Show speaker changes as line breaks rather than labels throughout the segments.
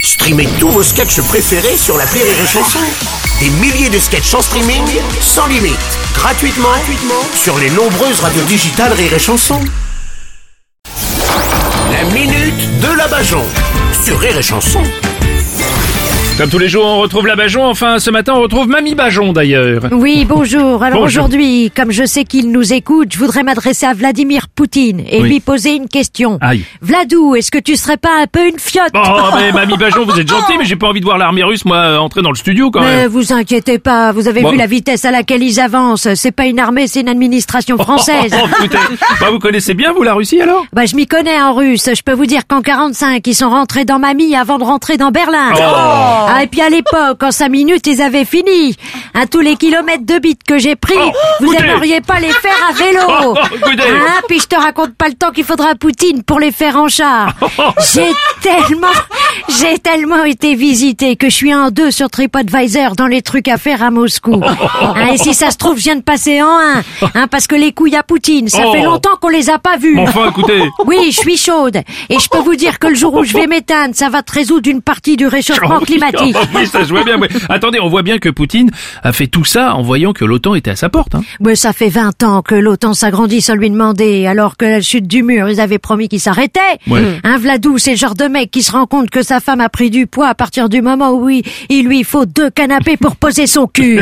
Streamez tous vos sketchs préférés sur la Rire et Chanson. Des milliers de sketchs en streaming, sans limite, gratuitement, gratuitement sur les nombreuses radios digitales Rire et Chanson. La minute de la Bajon sur Rire et Chanson.
Comme tous les jours, on retrouve la Bajon. Enfin, ce matin, on retrouve Mamie Bajon, d'ailleurs.
Oui, bonjour. Alors
Bonjour.
aujourd'hui, comme je sais qu'il nous écoute, je voudrais m'adresser à Vladimir Poutine et
Oui.
lui poser une question.
Aïe.
Vladou, est-ce que tu serais pas un peu une fiotte
Oh, mais Mamie Bajon, vous êtes gentille, mais j'ai pas envie de voir l'armée russe, moi, euh, entrer dans le studio, quand
Mais
même.
vous inquiétez pas, vous avez
Bon. bah.
vu la vitesse à laquelle ils avancent. C'est pas une armée, c'est une administration française.
Oh, foutez. bah, vous connaissez bien, vous, la Russie, alors
Bah, je m'y connais en russe. Je peux vous dire qu'en 45, ils sont rentrés dans Mamie avant de rentrer dans
Oh.
Berlin. Ah, et puis à l'époque, en 5 minutes, ils avaient fini. À tous les kilomètres de bits que j'ai pris,
Oh,
vous
écoutez.
aimeriez pas les faire à vélo.
Oh, écoutez.
Hein, puis je te raconte pas le temps qu'il faudra à Poutine pour les faire en char.
Oh.
J'ai tellement, j'ai tellement été visité que je suis en deux sur TripAdvisor dans les trucs à faire à Moscou.
Oh.
Hein, et si ça se trouve, je viens de passer en un. Hein, parce que les couilles à Poutine, ça
Oh.
fait longtemps qu'on les a pas vues.
Mais enfin, écoutez.
Oui, je suis chaude. Et je peux vous dire que le jour où je vais m'éteindre, ça va te résoudre une partie du réchauffement
Oh, oui,
climatique.
oh, oui, ça se voit bien. oui. Attendez, on voit bien que Poutine a fait tout ça en voyant que l'OTAN était à sa porte. Hein.
Mais ça fait 20 ans que l'OTAN s'agrandit sans lui demander, alors que la chute du mur, ils avaient promis qu'ils s'arrêtaient.
Ouais. Mm.
Un Vladou, c'est le genre de mec qui se rend compte que sa femme a pris du poids à partir du moment où il, il lui faut deux canapés pour poser son cul.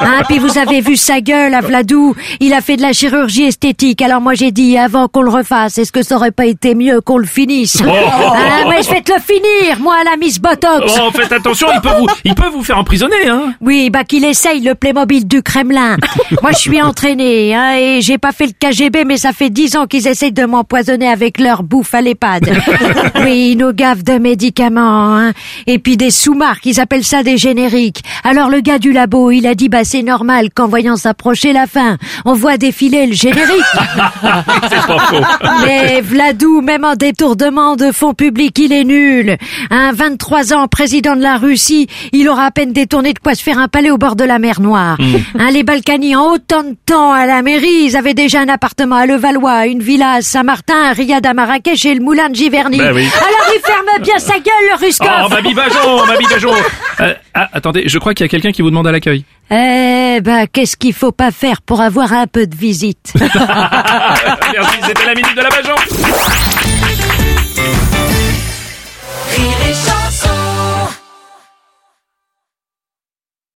hein, puis vous avez vu sa gueule à Vladou, il a fait de la chirurgie esthétique, alors moi j'ai dit, avant qu'on le refasse, est-ce que ça aurait pas été mieux qu'on le finisse
Oh.
Ah, mais je vais te le finir, moi, à la Miss Botox
Oh, faites attention, ils peuvent vous, ils peuvent vous faire emprisonner, hein.
oui, bah qu'il essaye le Playmobil du Kremlin. Moi, je suis entraînée, hein, et j'ai pas fait le KGB, mais ça fait dix ans qu'ils essayent de m'empoisonner avec leur bouffe à l'EHPAD. oui, ils nous gavent de médicaments, hein, et puis des sous-marques, ils appellent ça des génériques. Alors le gars du labo, il a dit, bah c'est normal qu'en voyant s'approcher la fin, on voit défiler le générique.
C'est pas faux.
Mais Vladou, même en détournement de fonds publics, il est nul. Un 23 ans, président de la Russie, il aura à peine détourné de quoi se faire un palais au bord de la mer Noire.
Mm.
Hein, les Balkany, en autant de temps à la mairie, ils avaient déjà un appartement à Levallois, une villa à Saint-Martin, un riad à Marrakech et le moulin de Giverny.
Bah oui.
Alors il ferme bien sa gueule, le Ruskov
Oh, Mamie Bajon, Mamie Bajon. Euh, ah, attendez, je crois qu'il y a quelqu'un qui vous demande à l'accueil.
Eh ben, qu'est-ce qu'il faut pas faire pour avoir un peu de visite
Ah, Merci, c'était la minute de la Bajon.
Rire et chanson.